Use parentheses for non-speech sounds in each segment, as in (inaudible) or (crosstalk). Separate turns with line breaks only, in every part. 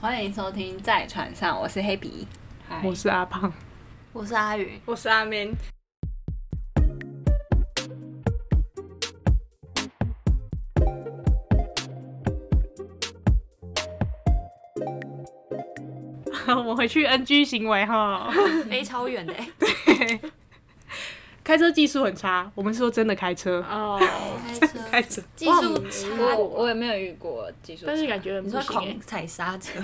欢迎收听《在船上》，我是黑皮，嗨
我是阿胖，
我是阿 (laughs) 云。
我是阿明，
(laughs) 我们回去 NG 行为哈。
飞
(laughs)
超远的、欸。
开车技术很差，我们是说真的开车，
哦，
开车
开始。
技术
我
差，
我也没有遇过技术差，
但是感觉很
你
不
说
行欸
狂踩刹车，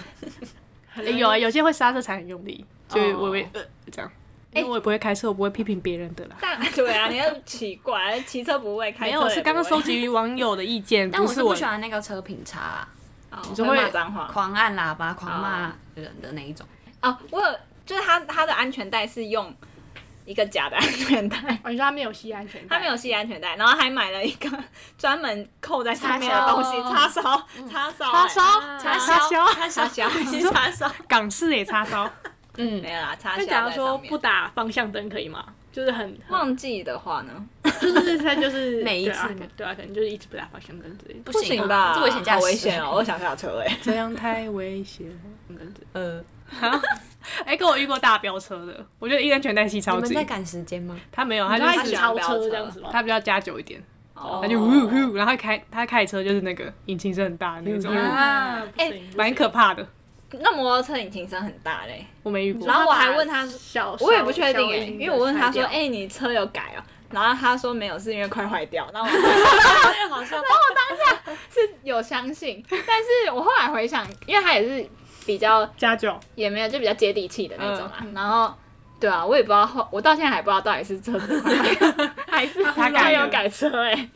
欸有啊，有些会刹车踩很用力，就是
哦
我会、呃这样，因为我也不会开车，我不会批评别人的啦。
但 (laughs) 对啊，你很奇怪，骑车欸不会，开
没
车
有，是刚刚收
收，
集网友的意见，
但我哦
是
是
我
不喜欢那个车评差啊、
你就
就会
会骂脏话
狂按喇叭、狂骂人的那一种。
哦。我有，就是他他的安全带是用一个假的安全带，
哦，你说他没有系安全带，
他没有系安全带，然后还买了一个专门扣在上面的东西，
叉
叉烧，哦嗯叉烧，
叉烧
哎
叉
叉
烧
叉烧， (laughs)
插上。
港式也叉烧，
没有啦，叉
那
烧
假
在
如说
上
不
面。
打方向灯可以吗？就是很，很
忘记的话呢？
就是 (laughs) 他就
(laughs)
是
每一次
对啊可对啊，可能就是一直不打方向灯之类的，
不
不
行
行
啊
吧，
这危险驾
好
驶，欸
危险
(laughs)
哦！我想下车哎。
这样太危险了。
方向灯之类的。
嗯
呃，
哎、跟我遇过大飙车的，我觉得一安全带系
你
超
们
级
在，赶时间吗？
他没有，他
他
就
就
他
一
是
喜
直
欢
超
飙车
车这样子吗？
他比较加久一点，
哦
他就呜呜，然后他开他开车就是那个引擎声很大的那种，
啊，
哎
不行
蛮可。怕的。
那摩托车引擎声很大嘞，
我没遇过
然，后我还问他
不行小，
我也不确定
小
哎、
音
因为我问他说：“
的
哎、
拆
你车有改哦、然后他说：“没有，是因为快坏掉。”然后我
好像
是有相信，但是我后来回想，因为他也是比较
加九，
也没有就比较接地气的那种嘛。然后对啊，我也不知道后，我到现在还不知道到底是车子坏掉还是
他
他
改的
有改车哎、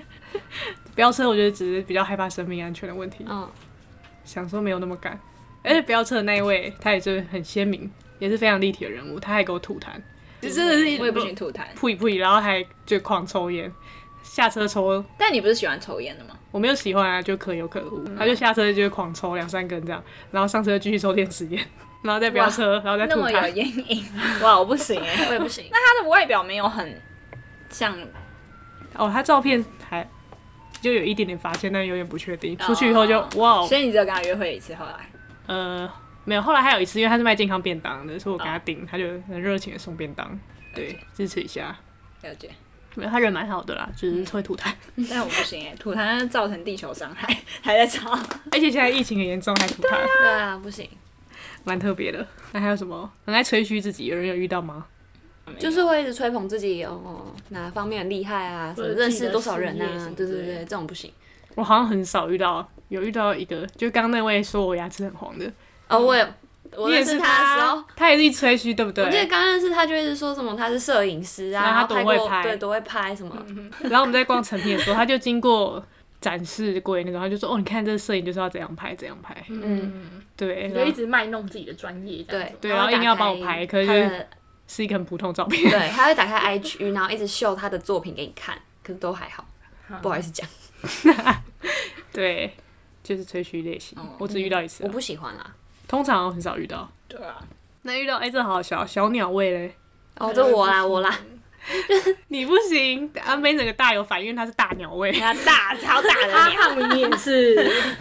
飙车我觉得只是比较害怕生命安全的问题，
嗯，
想说没有那么敢。而且飙车的那一位，他也是很鲜明，也是非常立体的人物，他还给我吐痰，就真的是
我也不喜欢吐痰，
噗一噗一，然后还就狂抽烟，下车抽。
但你不是喜欢抽烟的吗？
我没有喜欢啊，就可有可无。
嗯
他就下车就会狂抽两三根这样，然后上车继续抽电子烟， (laughs) 然后再飙车，然后再
那
吐
么有
痰。
烟瘾， (laughs) 哇，我不行哎、
我也不行。
那他的外表没有很像
哦，他照片还就有一点点发现，但有点不确定。出去以后就
哦
哇哦，
所以你只有跟他约会一次，后来
呃，没有。后来还有一次，因为他是卖健康便当的，所以我
嗯
给他订，他就很热情的送便当，对，支持一下。
了解。
没有，他人蛮好的啦，只
嗯
是会吐痰， (laughs)
但我不行哎、吐痰造成地球伤害，还在 (laughs) 吵。
而且现在疫情很严重，还吐痰，
对啊，不行，
蛮特别的。那还有什么很爱吹嘘自己？有人有遇到吗？
就是会一直吹捧自己哦，哪方面很厉害啊，什么认识多少人
或者自己的事
啊对
业，什么之
对
类的
对，这种不行。
我好像很少遇到，有遇到一个，就刚刚那位说我牙齿很黄的，
哦，我也我
你也
认
是
识他的时候
他，，他也是一直吹嘘，对不对
我记？得刚认识他就一直说什么他是摄影师啊，
然后他多
然后
会
过
拍
对，多会拍什么，嗯
然后我们在逛成品的时候，他就经过展示柜那种，他就说：“哦，你看这摄影就是要怎样拍，怎样拍。
嗯，”
对，然
你就一
后
直卖弄自己的专业，
对，
对然
他会
后硬要
打开
帮我拍可是
他的
是一个很普通的照片。
对，他会打开 IG，然后一直秀他的作品给你看，可是都还好，不好意思讲，
(laughs) 对，就是吹嘘类型
哦。
我只遇到一次
我
啊，
不喜欢啦。
通常很少遇到。
对啊，
那遇到哎，这好好笑，小鸟胃嘞，
哦，这我啦，我啦，
你不行，阿妹整个大有反应，因为她是大鸟
(laughs)
胃。
他
(laughs)
大超大的
阿
鸟，
胖你也是，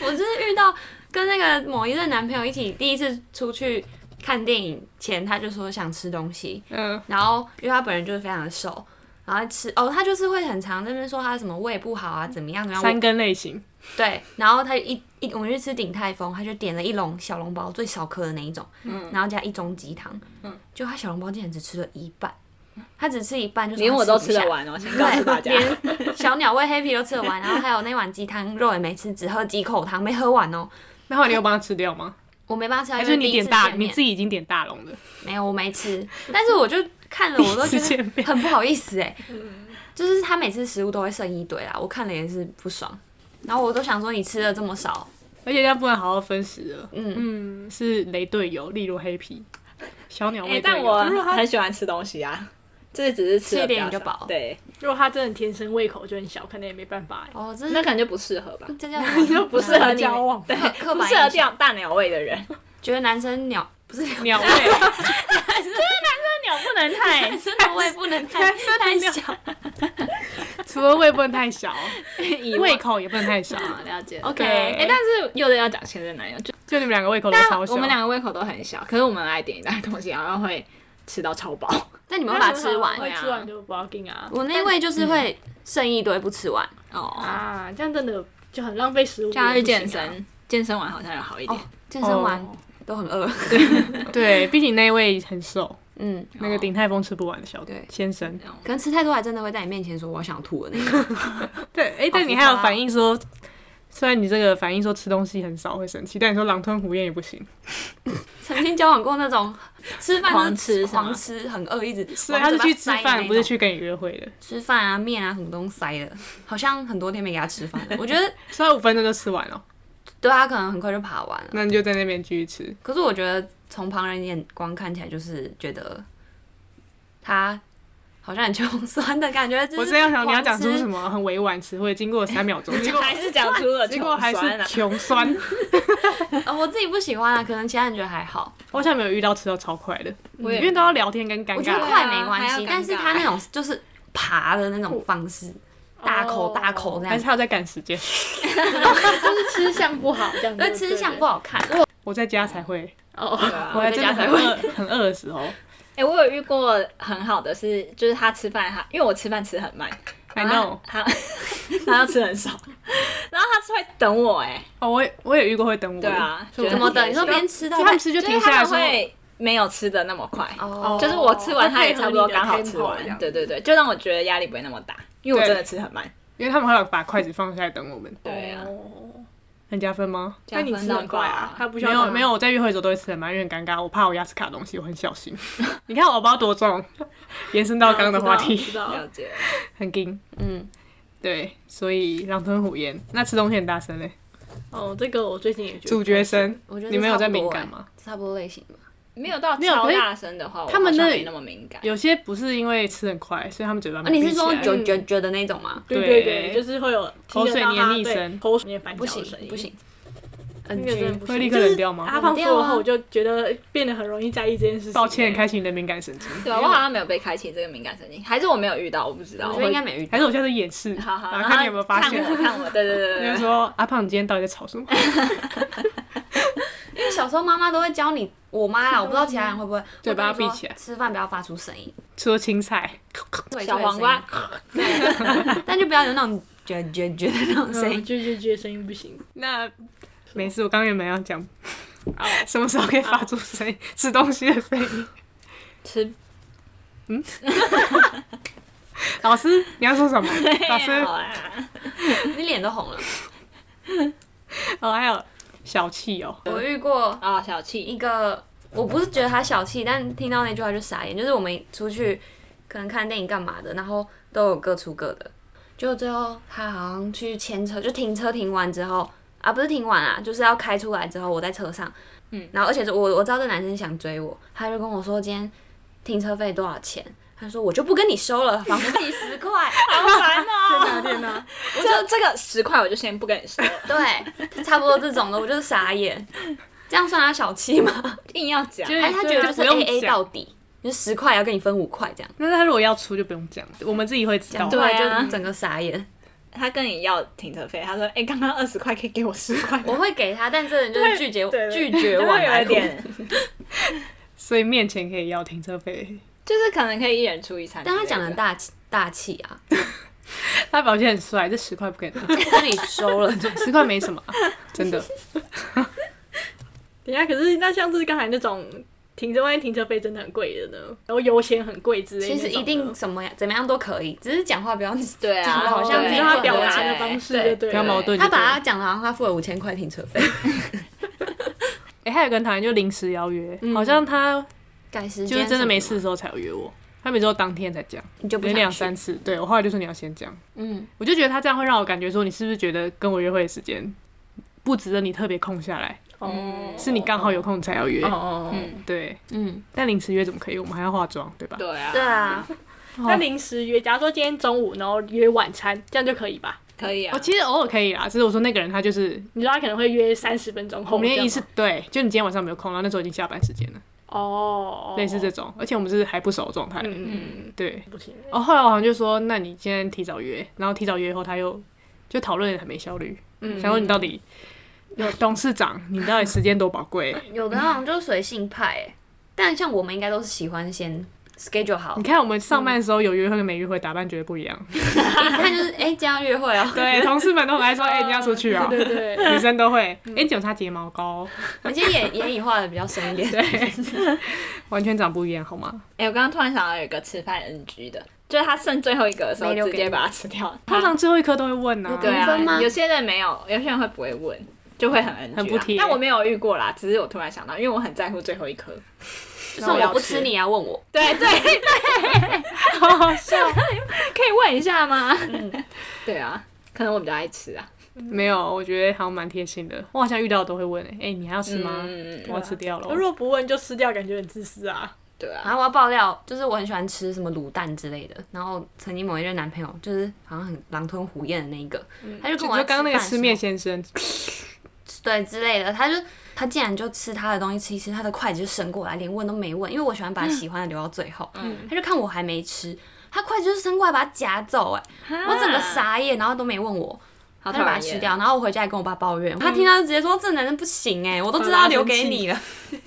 我就是遇到跟那个某一任男朋友一起第一次出去看电影前，他就说想吃东西，
嗯，
然后因为他本人就是非常的瘦。然后吃哦，他就是会很常在那边说他什么胃不好啊，怎么样怎么
嗯
样。
三根类型，
对，然后他一一我们去吃鼎泰丰，他就点了一笼小笼包，最少颗的那一种，然后加一盅鸡汤，就他小笼包竟然只吃了一半，他只吃一半就说
连
他
我都
不
吃得
下，
完哦，先告诉大
对，
家。 (laughs)
连 (laughs) 小鸟胃黑皮都吃得完，然后还有那碗鸡汤肉也没吃，只喝几口汤没喝完哦，
那后来你有帮她吃掉吗？
我没办法吃，
还
因
是
为
你
第一
点
次
大，
见
你
面
自己已经点大
(laughs)
龙了？
没有，我没吃，但是我就看了，
(laughs)
我都觉
第一次见
得
面
很不好意思哎、就是他每次食物都会剩一堆啦，我看了也是不爽，然后我都想说你吃了这么少，
而且人家不能好好分食了。
嗯
嗯，是雷队友，例如黑皮、小鸟
哎、
胃队
但
友。
我
如果他
很喜欢吃东西啊，就是只是吃得比较
吃一点就
少
饱
对，
如果他真的天生胃口就很小，可能也没办法欸。
哦，这是
那可能就不适 (laughs) 合吧，
这叫什么
不适合你
交往
对，
刻
不
板
适合
印
这
象，
样大鸟胃的人。 (laughs)
觉得男生鸟不是
鸟胃，
那鸟不能太
(laughs) 男生的胃不能太太小，
除了胃不能太小，
以
胃
为
口也不能太小，
(laughs) 啊，了解。
OK
哎、诶但是又得要讲前任男友，就
就你们两个胃口都
但
超小。哦
我们两个胃口都很小，可是我们爱点一大堆东西，然后会吃到超饱。
但你们会把它吃完。
对啊
吃完就不要进啊。
我那位就是会剩一堆不吃完，
(laughs) 哦，
啊，这样真的就很浪费食物。
叫他去
不行啊
健身，健身完好像有好一点。
哦健身完
哦
都很饿。
对，毕竟那位很瘦，
嗯，
那个鼎泰丰吃不完的小
对
先生。
嗯
可能吃太多还真的会在你面前说我想吐的那种。
对，哎、但你还有反映说，虽然你这个反映说吃东西很少会生气，但你说狼吞虎咽也不行，
(laughs) 曾经交往过那种吃饭
狂
就是
吃是吗
狂吃，很饿，一直
所以他是去吃
往嘴巴塞的
饭，
那
不是
种
去跟你约会的，
吃饭啊面啊什么东西塞的，好像很多天没给他吃饭了。我觉得
所以他五分钟就吃完了，
对他可能很快就爬完了。
那你就在那边继续吃。
可是我觉得从旁人眼光看起来，就是觉得他好像很穷酸的感觉。就是
我真要想你要讲出
狂吃
什么很委婉词汇，经过三秒钟，结果
还是讲出了
结果还
穷酸
是
啊
穷酸。 (laughs)
呃，我自己不喜欢啊，可能其他人觉得还好。
我好像没有遇到吃到超快的，
我
因
也
为都要聊天跟尴
我觉得
尬。啊
快没关
还
系，
要尴尬
但是他那种就是爬的那种方式，大口大口那
还是
样，
他有在赶时间，
哦 (laughs) 就是吃相不好这样子。
那 (laughs) 吃相不好看。啊
我在家才会，
对
哦，
啊
我
我
在
在
家
家
才
才
会
会很饿的时候，
哎、我有遇过很好的是，就是他吃饭，他因为我吃饭吃很慢，
I
然后
know。
他 (laughs) 他要吃很少，然后他是会等我哎、
哦，我也我也遇过会等我的，
对啊
所以我
怎么
觉得
等？你说边吃到
就他们吃就
就
停
是
下
他
来
们
说，
会没有吃的那么快，
哦，
就是我吃完
会
他也
配合
差不多
你的
刚好吃
tempo 这
完，
样
对对对，就让我觉得压力不会那么大，因为我
对
真的吃很慢。
因为他们会把筷子放下来等我们，
对啊，
很加分吗？
加分
那你吃很快啊，他不需
没
要
有没有，我在约会的时候都会吃很慢，因为很尴尬，我怕我牙齿卡东西，我很小心。 (laughs) 你看我包多重， (laughs) 延伸到刚刚的话题，
哦知道
了解。
很硬。
嗯，
对，所以狼吞虎咽。那吃东西很大声嘞，
哦，这个我最近也觉得
主角声，
我觉得
你们有在
欸
敏感吗？
差不多类型吧。
没有到
没有
超
可是
大声的话，我
他们
好像
那
没那么敏感。
有些不是因为吃很快，所以他们嘴巴
啊，
没
你
闭起来。
是说九九九的那种吗？
对
对
对对，就是会有
口水
听得到他
黏腻声
对口水黏反
不
嚼
行
的声音，
不，行嗯
那个真的
，NG。
不
会
行。
立刻冷掉吗
阿胖
冷
说
掉啊
了后，我就觉得变得很容易在意这件事情。
抱歉，开启你的敏感神
(laughs)
经。
对啊，我好像没有被开启这个敏感神经，还是我没有遇到，我不知道。我
我觉得应该没遇到
还是我下次演示，
好好，
然
然
后
后
看你有没有发现啊
看。我，看我，对对对
就
对
是
对。
说阿胖，你今天到底在吵什么？ (laughs)
因为小时候妈妈都会教你，我妈啦，我不知道其他人会不会，
嘴巴
会跟你说
闭起来
吃饭不要发出声音，
除了青菜，
对
小黄瓜，，
对对 (laughs) 但就不要有那种觉觉觉的那
嗯
种
所
声
以
音。(laughs)
嗯就就觉得声音不行。
那没事，我刚原本要讲，
哦
什么时候可以发出声音、吃东西的声
(laughs)
音？嗯
吃
(laughs) 老师，你要说
(laughs)
什么？老师，
好啊，
你脸都红了。
哦，还有小气哦，
我遇过
啊，小气
一个，我不是觉得他小气，但听到那句话就傻眼。就是我们出去可能看电影干嘛的，然后都有各出各的，就最后他好像去牵车，就停车停完之后啊，不是停完啊，就是要开出来之后，我在车上，嗯，然后而且是我我知道这男生想追我，他就跟我说今天停车费多少钱。他说：“我就不跟你收了，房费十块。
(laughs)
好烦
啊
哦！
哪天呢？
我就这个十块，我就先不跟你
(laughs)
说，
对，差不多这种的，我就是傻眼。这样算他小气吗？
硬要讲
就。是
哎，他觉
对
得
啊
就是
不用
A A
讲
到底，就是十块要跟你分五块这样。
那他如果要出就不用讲，我们自己会知道
讲。出来
对啊
就整个傻眼。
他跟你要停车费，他说：“哎，刚刚二十块可以给我十块吗。
(laughs) (laughs) 我会给他，但这人就是拒绝
对
拒
对
绝
就
往
会有
来
一点，
所以面前可以要停车费，
(laughs) 就是可能可以一人出一餐之类。
但他讲的大气大气啊，
他表现很帅，这十块不给拿，
跟你收
(laughs)
了，
十块没什么啊、真的。
等一下，可是那像是刚才那种停车，万一停车费真的很贵的呢？然后油钱很贵之类
其
那种
实
的，
一定什么呀怎么样都可以，只是讲话不要。
对啊，
讲得好像
对
自
只
己
要他表达
对啊
的方式
对
就对
不要矛盾
他把他讲的好像他付了五千块停车费，
哎、还有一个人讨厌就临时邀约，好像他
改时
就
间
是真的没事
什么
的时候才有约我，他每周当天才讲，
的，你就不
有
想
两
去
三次。对我后来就说你要先讲。
嗯，
我就觉得他这样会让我感觉说，你是不是觉得跟我约会的时间不值得你特别空下来，
哦
是你刚好有空才要约？
哦哦，哦
嗯，
对，
嗯，
但临时约怎么可以？我们还要化妆，对吧？
对啊，
对，啊，
哦
那临时约，假如说今天中午，然后约晚餐，这样就可以吧？
可以
哦，
啊。
其实偶尔可以啦，只是我说那个人他就是
你知道他可能会约三十分钟后
我们
这样
连
吗，
一次对，就你今天晚上没有空，然后那时候已经下班时间了，
哦，
类似这种，而且我们是还不熟的状态，
嗯，嗯
对。
嗯，不行，
哦，后来我好像就说，那你今天提早约，然后提早约以后，他又就讨论得很没效率，
嗯
想说你到底有董事长，你到底时间多宝
(laughs)
贵？
有的那种就是随性派、欸，但像我们应该都是喜欢先
(laughs)
schedule 好
你，看我们上班的时候有约会跟没约会，打扮绝对不一
(laughs)
样。
一看就是哎、这样约会哦、 (laughs)
对，同事们都很爱说，哎、你要出去啊、
对对对，嗯
女生都会，哎、你怎么擦睫毛
(laughs)
膏？
我们今天眼眼影画的比较深一点，
完全长不一样，好吗？
哎、我刚刚突然想到有一个吃饭 NG 的，就是他剩最后一个的时候
没留
直
给
接
你
把它吃掉。
通常最后一刻都会问啊
有，
对
评分吗
啊，有些人没有，有些人会不会问，就会很 NG 啊。
很不贴
但我没有遇过啦，只是我突然想到，因为我很在乎最后一
(laughs)
颗。
就是我不吃你要问我，
对对对，
好好笑。
可以问一下吗？对啊，可能我比较爱吃啊。
(laughs) 没有，我觉得好像蛮贴心的。我好像遇到都会问、哎、你还要吃吗？
嗯，
我要吃掉了
如。果不问就吃掉，感觉很自私啊。
对啊。
然后我要爆料，就是我很喜欢吃什么卤蛋之类的，然后曾经某一任男朋友就是好像很狼吞虎咽的那一个，他就
嗯就
跟
就
我在
刚刚那个
饭的时
吃
候
面先生，
对之类的，他就他竟然就吃他的东西吃一吃，他的筷子就伸过来，连问都没问，因为我喜欢
嗯
把喜欢的留到最后，他就看我还没吃，他筷子就伸过来把它夹走、哎，我整个傻眼，然后都没问我。
好
他就把它吃。掉，然后我回家也跟我爸抱怨，
嗯
他听到就直接说这男人不行哎、我都知道留给你
(laughs)
了， (laughs)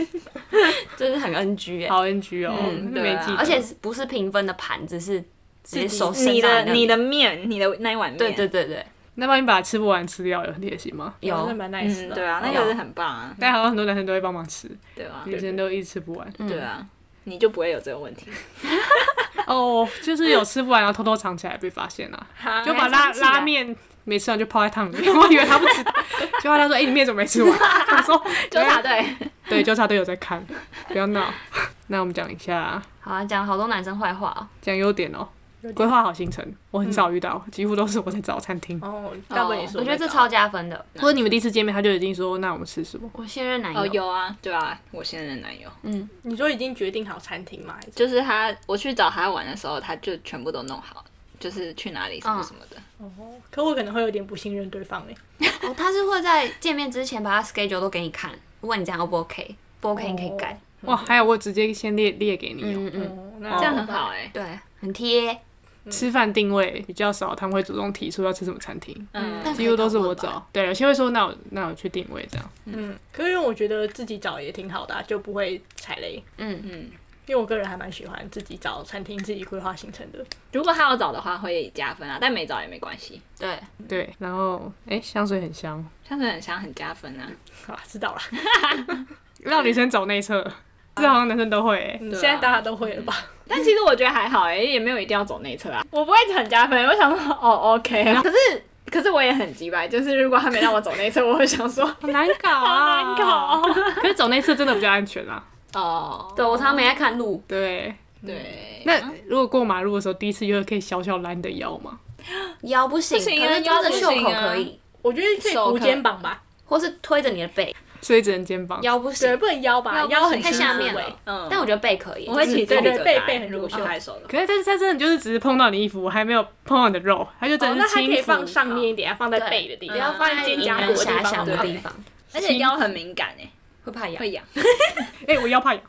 就是很 NG 哎、
好 NG 哦，
嗯对
没
啊
记得。
而且不是平分的盘子，是直接手伸
你
在
的
那
你
里
的面，你的那一碗面，
对对对对，
那帮你把吃不完吃掉，有很贴心吗？
有
那蛮 nice
嗯，
的，
对啊，那个是很棒啊，
但好像很多男生都会帮忙吃，
对吧？
嗯
女生都一直吃不完。
对啊，你就不会有这个问
(laughs)
题。
哦，就是有吃不完，然后偷偷藏起来被发现了，
哈
就把拉
还藏起来
拉面没吃完就泡在汤里 (laughs) 面。我以为他不知道，结果他说：“哎、你面怎么没吃完？” (laughs) 他说：“
纠察队，
对，纠察队有在看，不要闹。” (laughs) 那我们讲一下，
好啊，讲好多男生坏话哦、
讲优点哦、规划好行程，我很少遇到，几乎都是我在找餐厅。
哦，大部分也是
我觉得这
在找
超加分的。
或者你们第一次见面，他就已经说：“那我们吃什么
我现任男友、
哦，有啊，对啊，我现任男友
你说已经决定好餐厅吗？还是
就是他，我去找他玩的时候，他就全部都弄好，就是去哪里什么
嗯
什么的。
哦，可我可能会有点不信任对方哎。
哦，他是会在见面之前把他 schedule 都给你看，问你这样 O 不 OK，不 OK 你可以改。？”
哇，还有我直接先列列给你哦、
嗯嗯，
哦，那
这样很好哎、
对，很贴，
吃饭定位比较少，他们会主动提出要吃什么餐厅，
嗯，
但
几乎都是我
可以讨论吧。
找。对，有些会说那我那我去定位这样。
嗯，可是因为我觉得自己找也挺好的啊、就不会踩雷。
嗯
嗯，
因为我个人还蛮喜欢自己找餐厅、自己规划行程的。 (laughs)
如果他有找的话会加分啊，但没找也没关系，
对，
对，然后哎、香水很香，
香水很香，很加分啊。
啊，知道了，
让女生走内侧，这好像男生都会、欸。
嗯
对啊
现在大家都会了吧？
但其实我觉得还好哎、也没有一定要走内侧啊，我不会很加分。我想说，哦，OK 啊。可是可是我也很急白，就是如果他没让我走内侧，我会想 (laughs) 说，
好难搞
好
啊！
难搞。
可是走内侧真的比较安全啦。
哦，
对我常常没在看路，
对，
对，
那如果过马路的时候，第一次约会可以小小拉你的腰嘛？
腰不行，
不行啊
可是抓着袖
腰
口
不行啊
可以，
我觉得可以
手
扶
可
肩膀吧，
或是推着你的背，
所以只能肩膀。
腰不
对，
行。
不能腰吧，
腰不
腰
行
很欸
太
吃
下
滋
面
味
了
嗯，
但我觉得背可以，
我会
就是
起这
对
个
对背
答
背很
如果
优
是
秀
拍手的话，
可是他他真的就是只是碰到你衣服，还没有碰到你的肉，他就
哦，
真的
那
是
它可
轻
以
抚。
放上面一点，要放在
对
背的地
不
方，
要
嗯
放在
肩
引
胛
人
骨
遐想
地方
的
好不好
地方，
而且腰很敏感哎、
会怕
(laughs)
痒。
会痒，
哎、我腰怕
(laughs)
痒，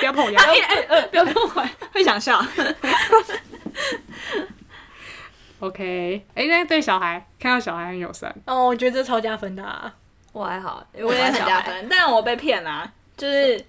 不要碰我腰。
哎
不要不要回，会想笑。
OK，哎、那对小孩，看到小孩很友善，
哦，我觉得这超加分的啊。
我还好，
(laughs) 我也很
小
加
孩。
分，但我被骗啦、就是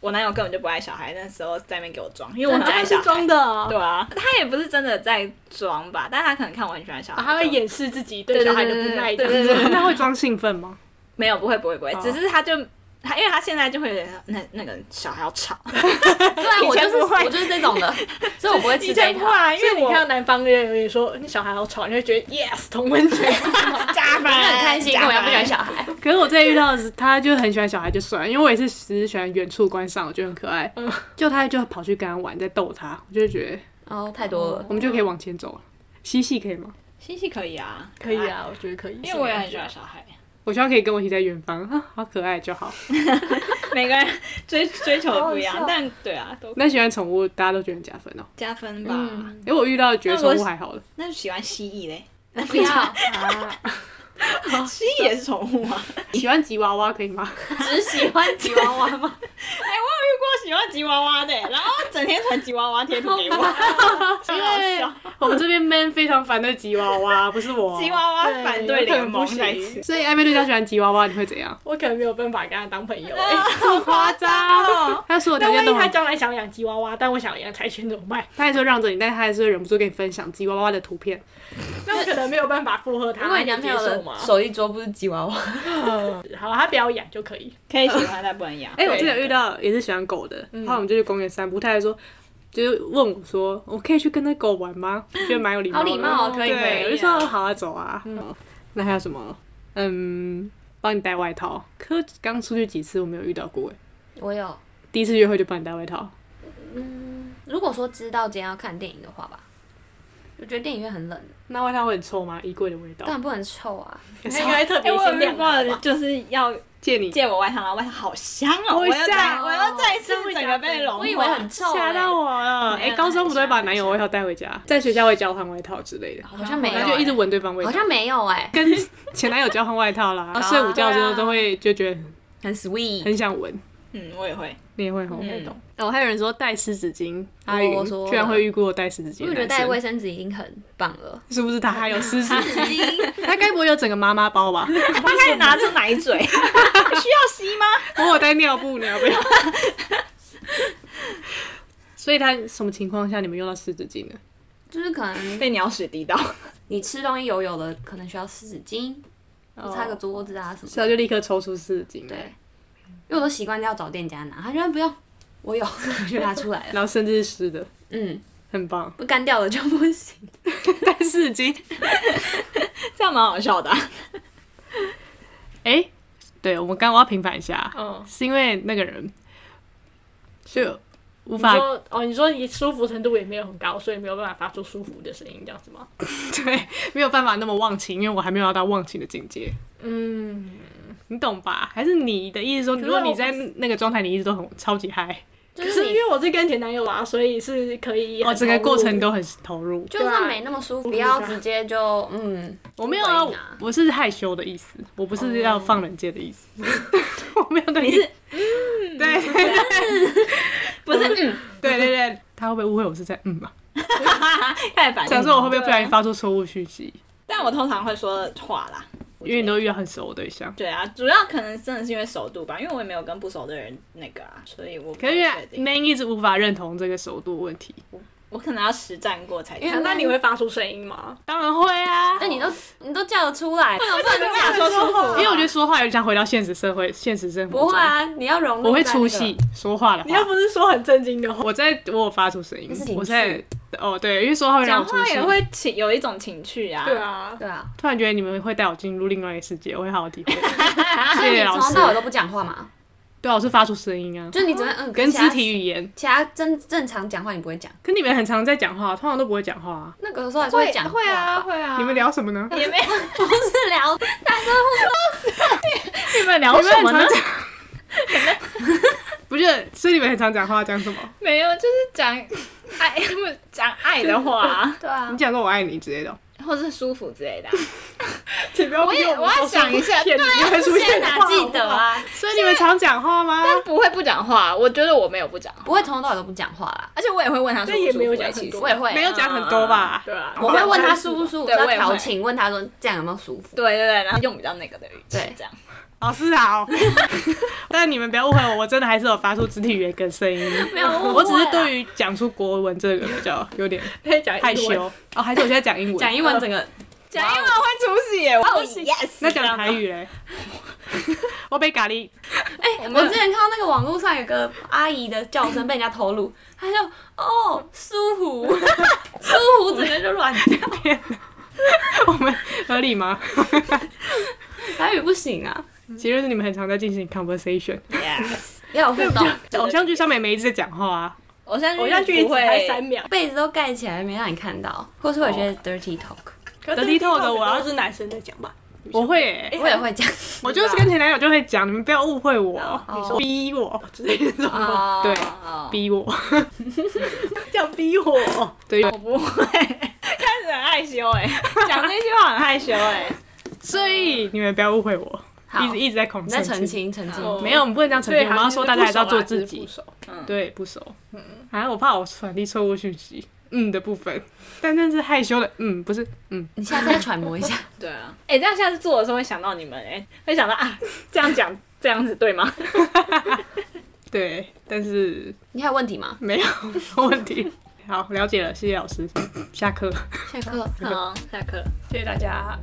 我男友根本就不爱小孩，那时候在那边给我装，因为我很
真
爱
的
小
是
孩。
装的哦，
啊对啊，他也不是真的在装吧，但哦他可能看我很喜欢小孩，
啊他会
就
掩饰自己
对
对小孩的不耐
对对
嗯
对对对
那会装兴奋吗？
没有，不会不会不会，
哦
只是他就他，因为他现在就会有点那那个小孩要吵，
对啊，我
以
就
前
是
不会
我就是这 (laughs) 种的，所以我不会吃这
(laughs)
一
不
套
会。啊，因
所以
为
我
你看到南方人也说你小孩好吵，你会觉得 yes 同温层，
(laughs) 加分，
我很开心，
加
跟我
分
要不喜欢小孩，
可是我之前遇到的是，他就很喜欢小孩就算了，因为我也是只是喜欢远处观赏，我觉得很可爱。
嗯
就他就跑去跟他玩，在逗他，我就觉得
哦，太多了
我。们就可以往前走了。嬉戏可以吗？
星星可以 (laughs) 啊，
(laughs) 可以，啊，我觉得可以，
因为我也很喜欢小孩，
我希望可以跟我一起在远方啊，好可爱就好。
每个人追追求的不一样
好好，笑
但对啊，都
那喜欢宠物，大家都觉得很加分哦、
加分吧。
嗯
因为我遇到的觉得宠物还好了，
那就喜欢蜥蜴嘞，
不要，
啊，
蜥蜴也是宠物啊。
喜欢吉娃娃可以吗？
只喜欢吉娃娃吗？
(laughs) 哎、我有遇过喜欢吉娃 (laughs) 娃的，然后整天传吉娃娃贴图给我，
因为 (laughs) 我们这边 man 非常反对吉娃 (laughs) 娃，不是我。
(laughs) 吉娃娃反对联盟
对
在此。
所以暧昧对象喜欢吉娃娃，你会怎 (laughs) 样？
我可能没有办法跟他当朋友、哎
这么夸张？哦他所有条
但
件
啊万一
都
他
很，
将来想养吉娃娃，但我想养柴犬怎么 (laughs) 办？
他还是会让着你，但他还是会忍不住跟你分享吉娃娃的图片。
那我可能没有办法附和他，
(laughs) 如果你男朋友
接
(laughs)
受
的
吗？
手一桌不是吉娃娃，
好，他不要养就可以。
可以喜欢但不能养。
哎、我之前有遇到也是喜欢狗的，然后我们就去公园散步，他还说，就是问我说，我可以去跟那狗玩吗？我觉得蛮有礼貌
好
的，
礼貌哦，可以可
对，我
以
就。说好啊，走啊。嗯，那还有什么？嗯，帮你带外套。可是刚出去几次我没有遇到过哎，
我有，
第一次约会就帮你带外套，
如果说知道今天要看电影的话吧，我觉得电影院很冷，
那外套会很臭吗？衣柜的味道
当。然不能臭啊。
他应该特
(laughs) 哎、
别
我有
先
遇
晾
过
好
的
吧。
就是要
借你
借我外套，然后外套好香哦、
我
我
也
要再
吓
我要再一次整个被融化。
我以为很臭欸，
哦吓到我了。
没有
哎，高中不都会把男友外套带回家，在学校会交换外套之类的，
好像没有
然
欸，
后就一直闻对方味道
好。像没有哎，
跟前男友交换外套 (laughs) 啦，然后睡午觉之后都会就觉得
很 sweet。
很想闻。
嗯，我也会。
你也会吼？
嗯
哦，还有人说带湿纸巾，阿
我
云
说
居然会遇过带湿纸巾
我
的男生，
觉得带卫生纸已经很棒了，
(laughs) 是不是他还有湿纸巾？
已经
(laughs) 他该不会有整个妈妈包吧？
他开始拿出奶嘴， (laughs) 需要吸吗？
我有带尿布，你要不要？ (laughs) 所以他什么情况下你们用到湿纸巾呢？
(laughs) 就是可
(laughs)
能
被鸟屎滴到。
你吃东西油油的，可能需要湿纸巾，擦个桌子啊什么的。
是啊，就立刻抽出湿纸巾，
对，因为我都习惯要找店家拿，他居然不用，我有我就拿出来 (laughs) 了。
然后甚至是湿的，
嗯，
很棒。
不干掉了就不行。
(laughs) 带湿纸巾，
(laughs) 这样蛮好笑的啊、
哎、对我们刚刚我要平反一下，
嗯，
是因为那个人就无
你
法
说哦，你说你舒服程度也没有很高，所以没有办法发出舒服的声音，这样子吗？
对没有办法那么忘情，因为我还没有到忘情的境界。
嗯，
你懂吧？还是你的意思说，
可
如
是
果你
我
在那个状态，你一直都很超级嗨，
(laughs) 就
可
是
是因
你，
为我是跟前男友啊，所以是可以
哦，
很
整个
投入
过程都很投入。
就算没那么舒服，不要直接就嗯，
我没有要
不会
啊
拿，
我是害羞的意思，我不是要放冷箭的意思，
哦
(laughs) 我没有对你是，嗯，对
(laughs) 不是，嗯，
对对对，他会不会误会我是在嗯嘛？
太
哎
烦。
想说我会不会不
啊
小心发出错误讯息？
但我通常会说话啦。
因为你都遇到很熟的对象，
对啊，主要可能真的是因为熟度吧，因为我也没有跟不熟的人那个啊，所以我不
可是因
太确
为
定
man 一直无法认同这个熟度问题，
我可能要实战过才知道。
啊那你会发出声音 (laughs) 吗？
当然会啊，
那你都你都叫得出 (laughs) 来，不能不能
想
啊
说舒服
因为我觉得说话有点像回到现实社会、现实生活，
不会，啊，你要融入。
我会出戏，说话的
你又
话，
不是说很震惊的话，
我在我有发出声音
那是情，绪
我在哦对，因为说话会
讲
让我出
话
戏
也，会情有一种情趣啊。
(laughs) 对，啊，
对啊，
突然觉得你们会带我进入另外一个世界，我会好好体会。
所
谢
以你
谢老
从头
师，
到尾都不讲话嘛，
对啊，我是发出声音啊，
就是你只会嗯
跟
其他
肢体语言。
其他正正常讲话你不会讲，
可你们很常在讲话，通常都不会讲话啊。
那个时候还是会讲话
会啊，，会啊。
你们聊什么呢？
也没有，
(laughs) 不是聊
你们聊什么
你们
呢
很常？讲？ (laughs) 不是，所以你们很常讲话，讲什么？
没有，就是讲爱， (laughs) 他们讲爱的话 (laughs) 啊，
对啊
你，讲说我爱你之类的哦。
或是舒服之类的啊。
请不要
我也
逼
我
们
要
说
想一下，
骗
对
你你会出
现
现
在
的
哪
话
记得？啊？
所以你们常讲话吗？
但不会不讲话，我觉得我没有不讲话，
不会从头到尾都不讲话啦，
而且我也会问他舒
但
不
也
舒
没有
服
讲
欸。
很
其实
多
我也会，
没有讲很多吧？
对啊，
我会问他舒不舒服，
对
要
我也会
调情，问他说这样有没有舒服。
对对对，然后用比较那个的语气
对
这样。
老师好， (laughs) 但你们不要误会我，我真的还是有发出肢体语言跟声音。
没有误会啊
我只是对于讲出国文这个比较有点
可以讲
害
英文
羞。哦，还是我现在讲英文，
英文整个
讲英文会出戏耶！
哦
我
yes
那讲台语嘞？ (laughs) 我被咖喱，
哎、我之前看到那个网络上有个阿姨的叫声被人家投入，她就哦舒服，舒服整个就软掉，
我们合理吗？
台语不行啊，
其实是你们很常在进行 conversation，
yes，
要有互动，
偶像剧上面每一直在讲话啊。
偶像
偶像剧
不
只拍三
会，
秒，
被子都盖起来没让你看到，或是我觉得 dirty talk，、
可
是 Dirty Talk 的我要
是男生在讲吧，
我会欸、
我也会讲
我就是跟前男友就会讲，你们不要误会我，
你说
逼我之类的这种，
啊，
对
哦
逼我，
(laughs) 这样逼我，
对，
我不会，开欸 (laughs) 始很害羞哎，讲这句话很害羞哎。
所以你们不要误会我，
好
一直一直在恐
你
吓
在澄清澄清。
哦
好
没有，我们不能这样澄清，我们要说大家还是要
啊
做自己。
手
对，不熟。嗯，反正我怕我传递错误讯息。嗯的部分，但那是害羞的。嗯，不是，嗯，
你下次再揣摩一下，
对啊，哎、这样下次做的时候会想到你们、哎，会想到啊，这样讲这样子对吗？
对，但是
你还有问题吗？
没有 (laughs) 问题。好，了解了，谢谢老师。下课。
下课。
好，下课。
谢谢大家。